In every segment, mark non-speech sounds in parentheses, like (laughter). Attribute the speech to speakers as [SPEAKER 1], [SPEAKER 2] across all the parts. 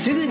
[SPEAKER 1] 役立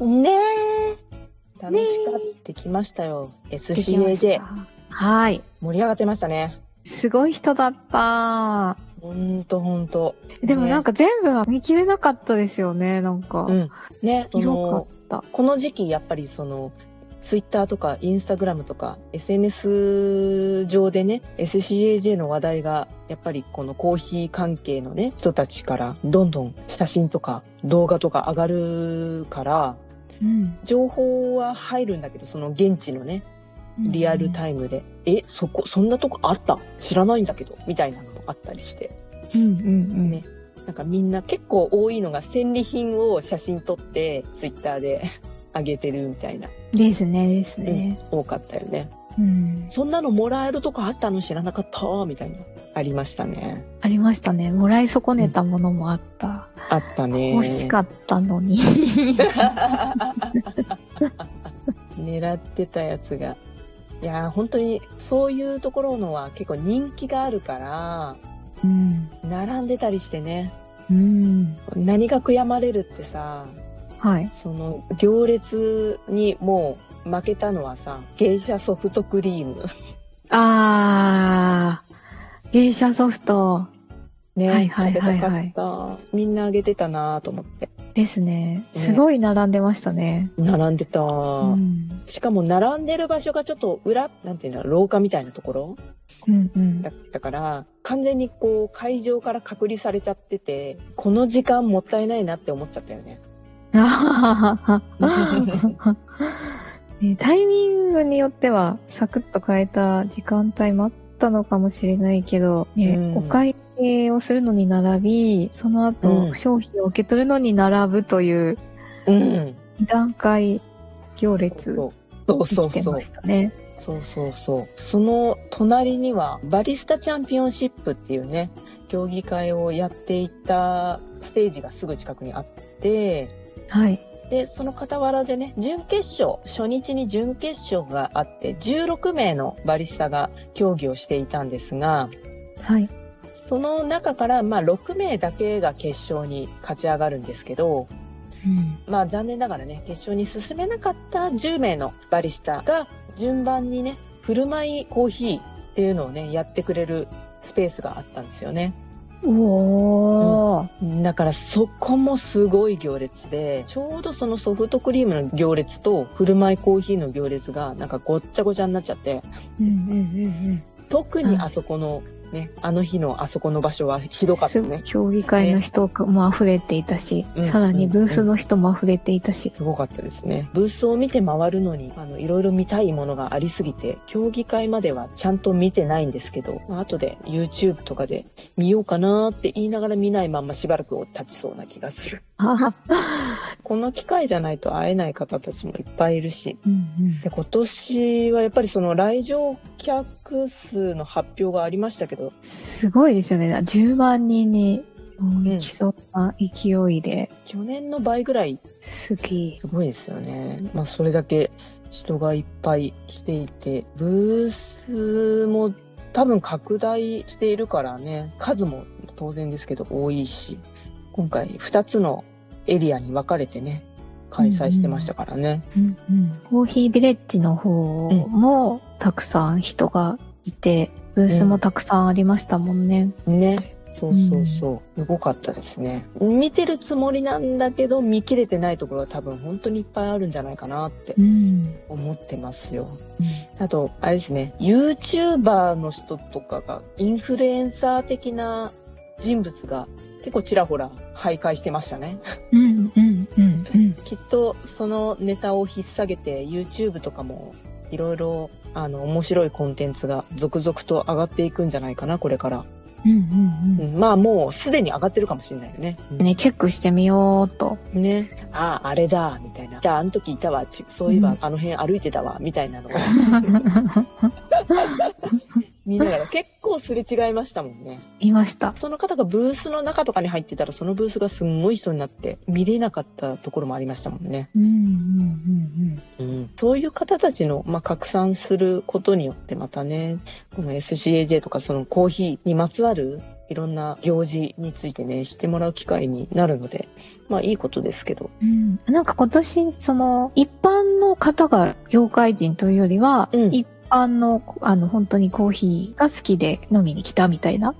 [SPEAKER 2] ねえ。楽しかってきましたよ。
[SPEAKER 3] で
[SPEAKER 2] SCAJ。
[SPEAKER 3] はい。
[SPEAKER 2] 盛り上がってましたね。
[SPEAKER 3] すごい人だった。
[SPEAKER 2] ほんとほんと。
[SPEAKER 3] でもなんか全部は見切れなかったですよね、なんか。
[SPEAKER 2] うん。ね、そ
[SPEAKER 3] 広かっ
[SPEAKER 2] の、
[SPEAKER 3] た。
[SPEAKER 2] この時期やっぱりその、ツイッターとかインスタグラムとか SNS 上でね、SCAJ の話題がやっぱりこのコーヒー関係のね、人たちからどんどん写真とか動画とか上がるから、
[SPEAKER 3] うん。
[SPEAKER 2] 情報は入るんだけど、その現地のね、リアルタイムで、え、そこ、そんなとこあった知らないんだけど、みたいなのもあったりして。
[SPEAKER 3] うんうんうん。
[SPEAKER 2] ねなんかみんな結構多いのが戦利品を写真撮って、ツイッターで (laughs) 上げてるみたいな、
[SPEAKER 3] ですね、です
[SPEAKER 2] うん
[SPEAKER 3] ね。
[SPEAKER 2] 多かったよね。
[SPEAKER 3] うん。
[SPEAKER 2] そんなのもらえるとこあったの知らなかった、みたいな、ありましたね。
[SPEAKER 3] ありましたね。もらい損ねたものもあった。
[SPEAKER 2] あったね。
[SPEAKER 3] 欲しかったのに。
[SPEAKER 2] 狙ってたやつが。いやー、本当にそういうところのは結構人気があるから、
[SPEAKER 3] うん。
[SPEAKER 2] 並んでたりしてね、
[SPEAKER 3] うん。
[SPEAKER 2] 何が悔やまれるってさ、
[SPEAKER 3] はい。
[SPEAKER 2] その行列にもう負けたのはさ芸者ソフトクリーム
[SPEAKER 3] あー。芸者ソフト (laughs)
[SPEAKER 2] ね
[SPEAKER 3] はいはいはいはい
[SPEAKER 2] 食べたかったみんなあげてたなと思って
[SPEAKER 3] ですね。
[SPEAKER 2] ね
[SPEAKER 3] すごい並んでましたね。
[SPEAKER 2] 並んでた、
[SPEAKER 3] うん。
[SPEAKER 2] しかも並んでる場所がちょっと裏なんていうんだろう廊下みたいなところ
[SPEAKER 3] うんうん
[SPEAKER 2] だ。ったから完全にこう会場から隔離されちゃっててこの時間もったいないなって思っちゃったよね
[SPEAKER 3] あはははは (laughs) ねタイミングによってはサクッと変えた時間帯もあったのかもしれないけど、ね
[SPEAKER 2] うん
[SPEAKER 3] お会計をするのに並び、その後、
[SPEAKER 2] うん
[SPEAKER 3] 商品を受け取るのに並ぶという
[SPEAKER 2] うん
[SPEAKER 3] 二段階行列
[SPEAKER 2] そうそう
[SPEAKER 3] 生
[SPEAKER 2] そ
[SPEAKER 3] き
[SPEAKER 2] う
[SPEAKER 3] て
[SPEAKER 2] そう
[SPEAKER 3] ましたね。
[SPEAKER 2] そうそうそう。その隣にはバリスタチャンピオンシップっていうね、競技会をやっていたステージがすぐ近くにあって、
[SPEAKER 3] はい。
[SPEAKER 2] で、その傍らでね、準決勝、初日に準決勝があって、16名のバリスタが競技をしていたんですが、
[SPEAKER 3] はい。
[SPEAKER 2] その中から、まあ、6名だけが決勝に勝ち上がるんですけど、まあ残念ながらね、決勝に進めなかった10名のバリスタが順番にね、振る舞いコーヒーっていうのをね、やってくれるスペースがあったんですよね。
[SPEAKER 3] おー。
[SPEAKER 2] だからそこもすごい行列で、ちょうどそのソフトクリームの行列と振る舞いコーヒーの行列がなんかごっちゃごちゃになっちゃって、
[SPEAKER 3] うんうん
[SPEAKER 2] 特にあそこのね、あの日のあそこの場所はひどかったね。
[SPEAKER 3] 競技会の人も溢れていたし、
[SPEAKER 2] うん
[SPEAKER 3] さらにブースの人も溢れていたし、
[SPEAKER 2] すごかったですね。ブースを見て回るのに、あの、いろいろ見たいものがありすぎて、競技会まではちゃんと見てないんですけど、まあ後で YouTube とかで見ようかなって言いながら見ないまんましばらく経ちそうな気がする。この機会じゃないと会えない方たちもいっぱいいるし。で、今年はやっぱりその来場客数の発表がありましたけど、
[SPEAKER 3] すごいですよね。10万人にもう行きそうな勢いで、
[SPEAKER 2] 去年の倍ぐらい
[SPEAKER 3] 好き。
[SPEAKER 2] すごいですよね。まあ、それだけ人がいっぱい来ていて、ブースも多分拡大しているからね、数も当然ですけど多いし、今回2つのエリアに分かれてね、開催してましたからね。
[SPEAKER 3] うんうんコーヒービレッジの方もたくさん人がいて、ブースもたくさんありましたもんね。
[SPEAKER 2] ね。そうそうそう。すごかったですね。見てるつもりなんだけど、見切れてないところは多分本当にいっぱいあるんじゃないかなって
[SPEAKER 4] うん
[SPEAKER 2] 思ってますよ。
[SPEAKER 4] うん
[SPEAKER 2] あと、あれですね、YouTuber の人とかが、インフルエンサー的な人物が結構ちらほら徘徊してましたね。
[SPEAKER 4] うんうんうんうん
[SPEAKER 2] きっとそのネタを引っ提げて YouTube とかもいろいろあの面白いコンテンツが続々と上がっていくんじゃないかなこれから、
[SPEAKER 4] うんうん
[SPEAKER 2] うんまあもうすでに上がってるかもしれないよね、
[SPEAKER 3] ね、チェックしてみよう
[SPEAKER 4] (laughs)
[SPEAKER 3] っと。
[SPEAKER 2] ねあああれだみたいなああの時いたわちそういえば、
[SPEAKER 4] うん
[SPEAKER 2] あの辺歩いてたわみたいなのを
[SPEAKER 4] うん。
[SPEAKER 2] 見ながら結構すれ違いましたもんね
[SPEAKER 3] いました。
[SPEAKER 2] その方がブースの中とかに入ってたらそのブースがすんごい人になって見れなかったところもありましたもんね
[SPEAKER 4] うんうん
[SPEAKER 2] そういう方たちの、まあ、拡散することによってまたね、この SCAJ とかそのコーヒーにまつわるいろんな行事についてね、知ってもらう機会になるので、まあいいことですけど。
[SPEAKER 3] うん、なんか今年、その、一般の方が業界人というよりは、
[SPEAKER 2] うん
[SPEAKER 3] 一般の、あの、本当にコーヒーが好きで飲みに来たみたいな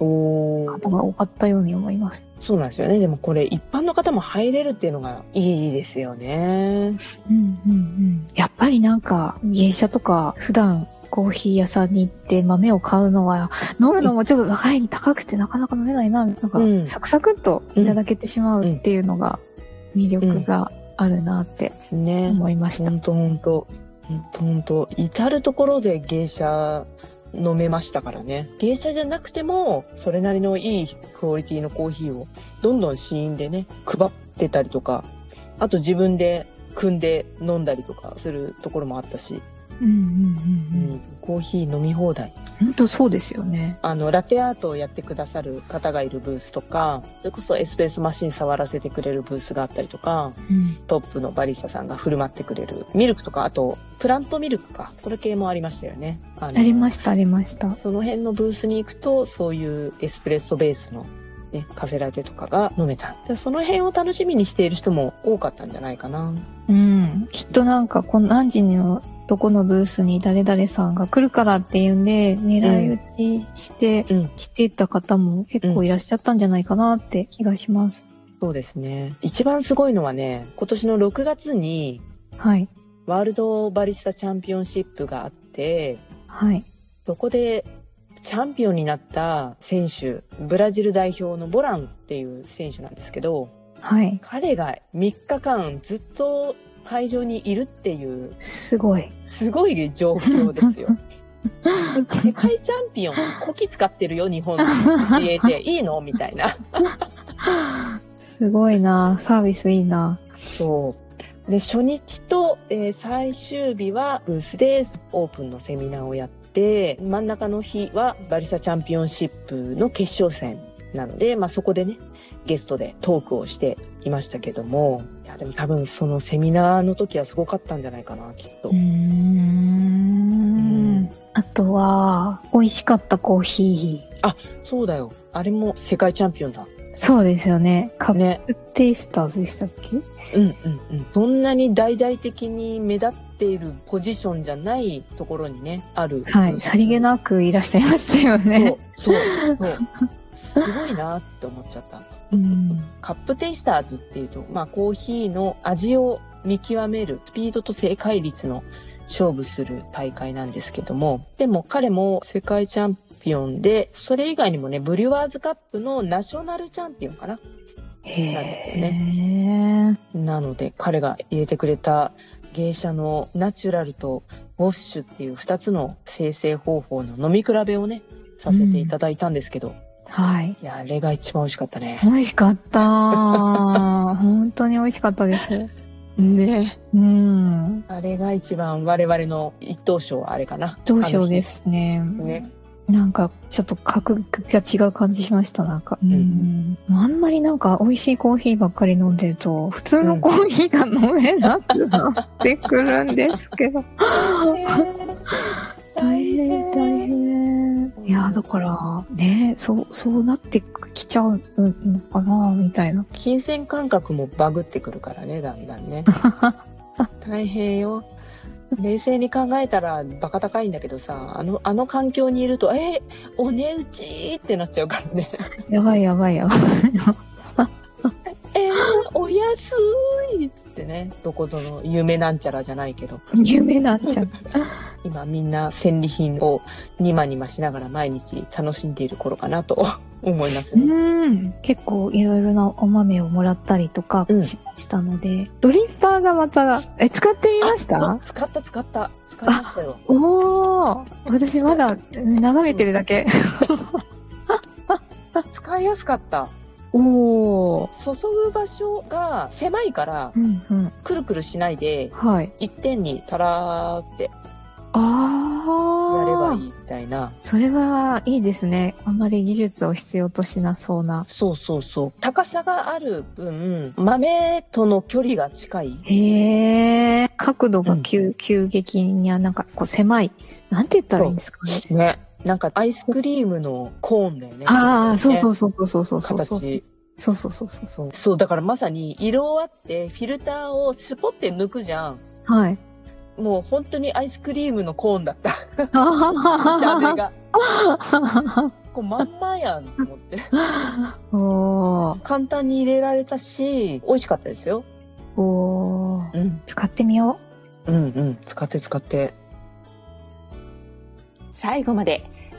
[SPEAKER 2] お
[SPEAKER 3] 方が多かったように思います。
[SPEAKER 2] そうなんですよね。でもこれ一般の方も入れるっていうのがいいですよね。
[SPEAKER 4] うんうん
[SPEAKER 3] やっぱりなんか、芸者とか、普段、コーヒー屋さんに行って豆を買うのは、飲むのもちょっと高い、高くてなかなか飲めないな、なんか
[SPEAKER 2] うん、
[SPEAKER 3] サクサクっといただけてしまうっていうのが、魅力があるなって
[SPEAKER 2] ね。
[SPEAKER 3] 思いました
[SPEAKER 2] ほ。んとほんと。ほんとほんと。至る所で芸者飲めましたからね。芸者じゃなくても、それなりのいいクオリティのコーヒーを、どんどん試飲でね、配ってたりとか、あと自分で組んで飲んだりとかするところもあったし、
[SPEAKER 4] うんうん
[SPEAKER 2] う
[SPEAKER 4] うんうん
[SPEAKER 2] ん、コーヒー飲み放題。
[SPEAKER 3] 本当そうですよね。
[SPEAKER 2] あの、ラテアートをやってくださる方がいるブースとか、それこそエスプレッソマシン触らせてくれるブースがあったりとか、
[SPEAKER 4] うん
[SPEAKER 2] トップのバリスタさんが振る舞ってくれるミルクとかあとプラントミルクかこれ系もありましたよねあ
[SPEAKER 3] ありま
[SPEAKER 2] し
[SPEAKER 3] した、ありました。
[SPEAKER 2] その辺のブースに行くとそういうエスプレッソベースの、ね、カフェラテとかが飲めたでその辺を楽しみにしている人も多かったんじゃないかな
[SPEAKER 3] うん。きっとなんか、この何時のどこのブースに誰々さんが来るからっていうんで、狙い撃ちして
[SPEAKER 2] うん
[SPEAKER 3] 来てた方も結構いらっしゃったんじゃないかなって気がします。
[SPEAKER 2] そうですね一番すごいのはね今年の6月に
[SPEAKER 3] はい。
[SPEAKER 2] ワールドバリスタチャンピオンシップがあって
[SPEAKER 3] はい。
[SPEAKER 2] そこでチャンピオンになった選手ブラジル代表のボランっていう選手なんですけど
[SPEAKER 3] はい。
[SPEAKER 2] 彼が3日間ずっと会場にいるっていう
[SPEAKER 3] すごい。
[SPEAKER 2] すごい状況ですよ。世界チャンピオン、こき使ってるよ、日本の CAJ。いいのみたいな。
[SPEAKER 3] すごいなサービスいいな
[SPEAKER 2] そう。で、初日と、えー最終日はブースでオープンのセミナーをやって、真ん中の日はバリスタチャンピオンシップの決勝戦なので、まあそこでね、ゲストでトークをしていましたけども、いや、でも多分そのセミナーの時はすごかったんじゃないかな、きっと。
[SPEAKER 3] うん。あとは、美味しかったコーヒー。
[SPEAKER 2] そうだよ。あれも世界チャンピオンだ。
[SPEAKER 3] そうですよね。カッ
[SPEAKER 2] ね。
[SPEAKER 3] プテイスターズでしたっけ
[SPEAKER 2] うんうんうん。そんなに大々的に目立っているポジションじゃないところにね、ある。
[SPEAKER 3] はい。さりげなくいらっしゃいましたよね。
[SPEAKER 2] そう、そう、
[SPEAKER 3] (laughs)
[SPEAKER 2] そう。すごいなって思っちゃった。
[SPEAKER 3] うん。
[SPEAKER 2] カップテイスターズっていうと、まあコーヒーの味を見極めるスピードと正解率の勝負する大会なんですけども、でも彼も世界チャンピオンで、それ以外にもね、ブリュワーズカップのナショナルチャンピオンかな。
[SPEAKER 3] へえ。
[SPEAKER 2] なので彼が入れてくれた芸者のナチュラルとウォッシュっていう2つの生成方法の飲み比べをねさせていただいたんですけど、
[SPEAKER 3] はい。
[SPEAKER 2] いやあれが一番美味しかったね
[SPEAKER 3] 美。味しかった。 (laughs) 本当に美味しかったです。
[SPEAKER 2] ね
[SPEAKER 3] うん。
[SPEAKER 2] あれが一番我々の一等賞はあれかな。
[SPEAKER 3] どうしようですね。
[SPEAKER 2] ね。
[SPEAKER 3] なんか、ちょっと格が違う感じしました、なんか。うんん。あんまりなんか、美味しいコーヒーばっかり飲んでると、普通のコーヒーが飲めなくなってくるんですけど。 (laughs) 大変大変いやだからねそうそうなってきちゃうのかなみたいな (laughs)
[SPEAKER 2] 金銭感覚もバグってくるからねだんだんね。大変よ。冷静に考えたらバカ高いんだけどさ、あの、あの環境にいると、え、お値打ちってなっちゃうからね。
[SPEAKER 3] やばいやばいやばい。
[SPEAKER 2] えー、お安いっつってね、どこぞの夢なんちゃらじゃないけど、
[SPEAKER 3] (laughs) 夢なっちゃう。
[SPEAKER 2] 今みんな戦利品をニマニマしながら毎日楽しんでいる頃かなと (laughs) 思います
[SPEAKER 3] う
[SPEAKER 2] ね。
[SPEAKER 3] ん。結構いろいろなお豆をもらったりとか
[SPEAKER 2] うん
[SPEAKER 3] しましたので、ドリッパーがまた、え、使ってみました
[SPEAKER 2] あそう使った使った。使いましたよ。
[SPEAKER 3] おお私まだうん眺めてるだけ。
[SPEAKER 2] 使いやすかった。
[SPEAKER 3] おお
[SPEAKER 2] 注ぐ場所が狭いから
[SPEAKER 3] う、んうん。
[SPEAKER 2] くるくるしないで、
[SPEAKER 3] はい。
[SPEAKER 2] 一点にたらーって
[SPEAKER 3] ああ。
[SPEAKER 2] やればいいみたいな。
[SPEAKER 3] それはいいですね。あまり技術を必要としなそうな。
[SPEAKER 2] そうそうそう。高さがある分、豆との距離が近い。
[SPEAKER 3] へえ。角度が
[SPEAKER 2] う
[SPEAKER 3] 急、急激に、あなんかこう狭い。なんて言ったらいいんですかね。
[SPEAKER 2] ね。なんかアイスクリームのコーンだよね。。
[SPEAKER 3] ああ、そうそううそうそうそうそうそうそう。
[SPEAKER 2] 形。
[SPEAKER 3] そうそうそうそうそう。
[SPEAKER 2] そう、だからまさに色あって、フィルターをスポって抜くじゃん。
[SPEAKER 3] はい。
[SPEAKER 2] もう本当にアイスクリームのコーンだった。
[SPEAKER 1] (laughs)
[SPEAKER 3] あはは
[SPEAKER 2] 見た目
[SPEAKER 3] は
[SPEAKER 2] が。
[SPEAKER 3] は
[SPEAKER 2] こうまんまやんと思って。
[SPEAKER 1] (laughs)
[SPEAKER 3] は。おー
[SPEAKER 2] 簡単に入れられたし、美味しかったですよ。
[SPEAKER 3] おー
[SPEAKER 2] うん。
[SPEAKER 3] 使ってみよ
[SPEAKER 2] うんうん。使って使って。
[SPEAKER 1] 最後まで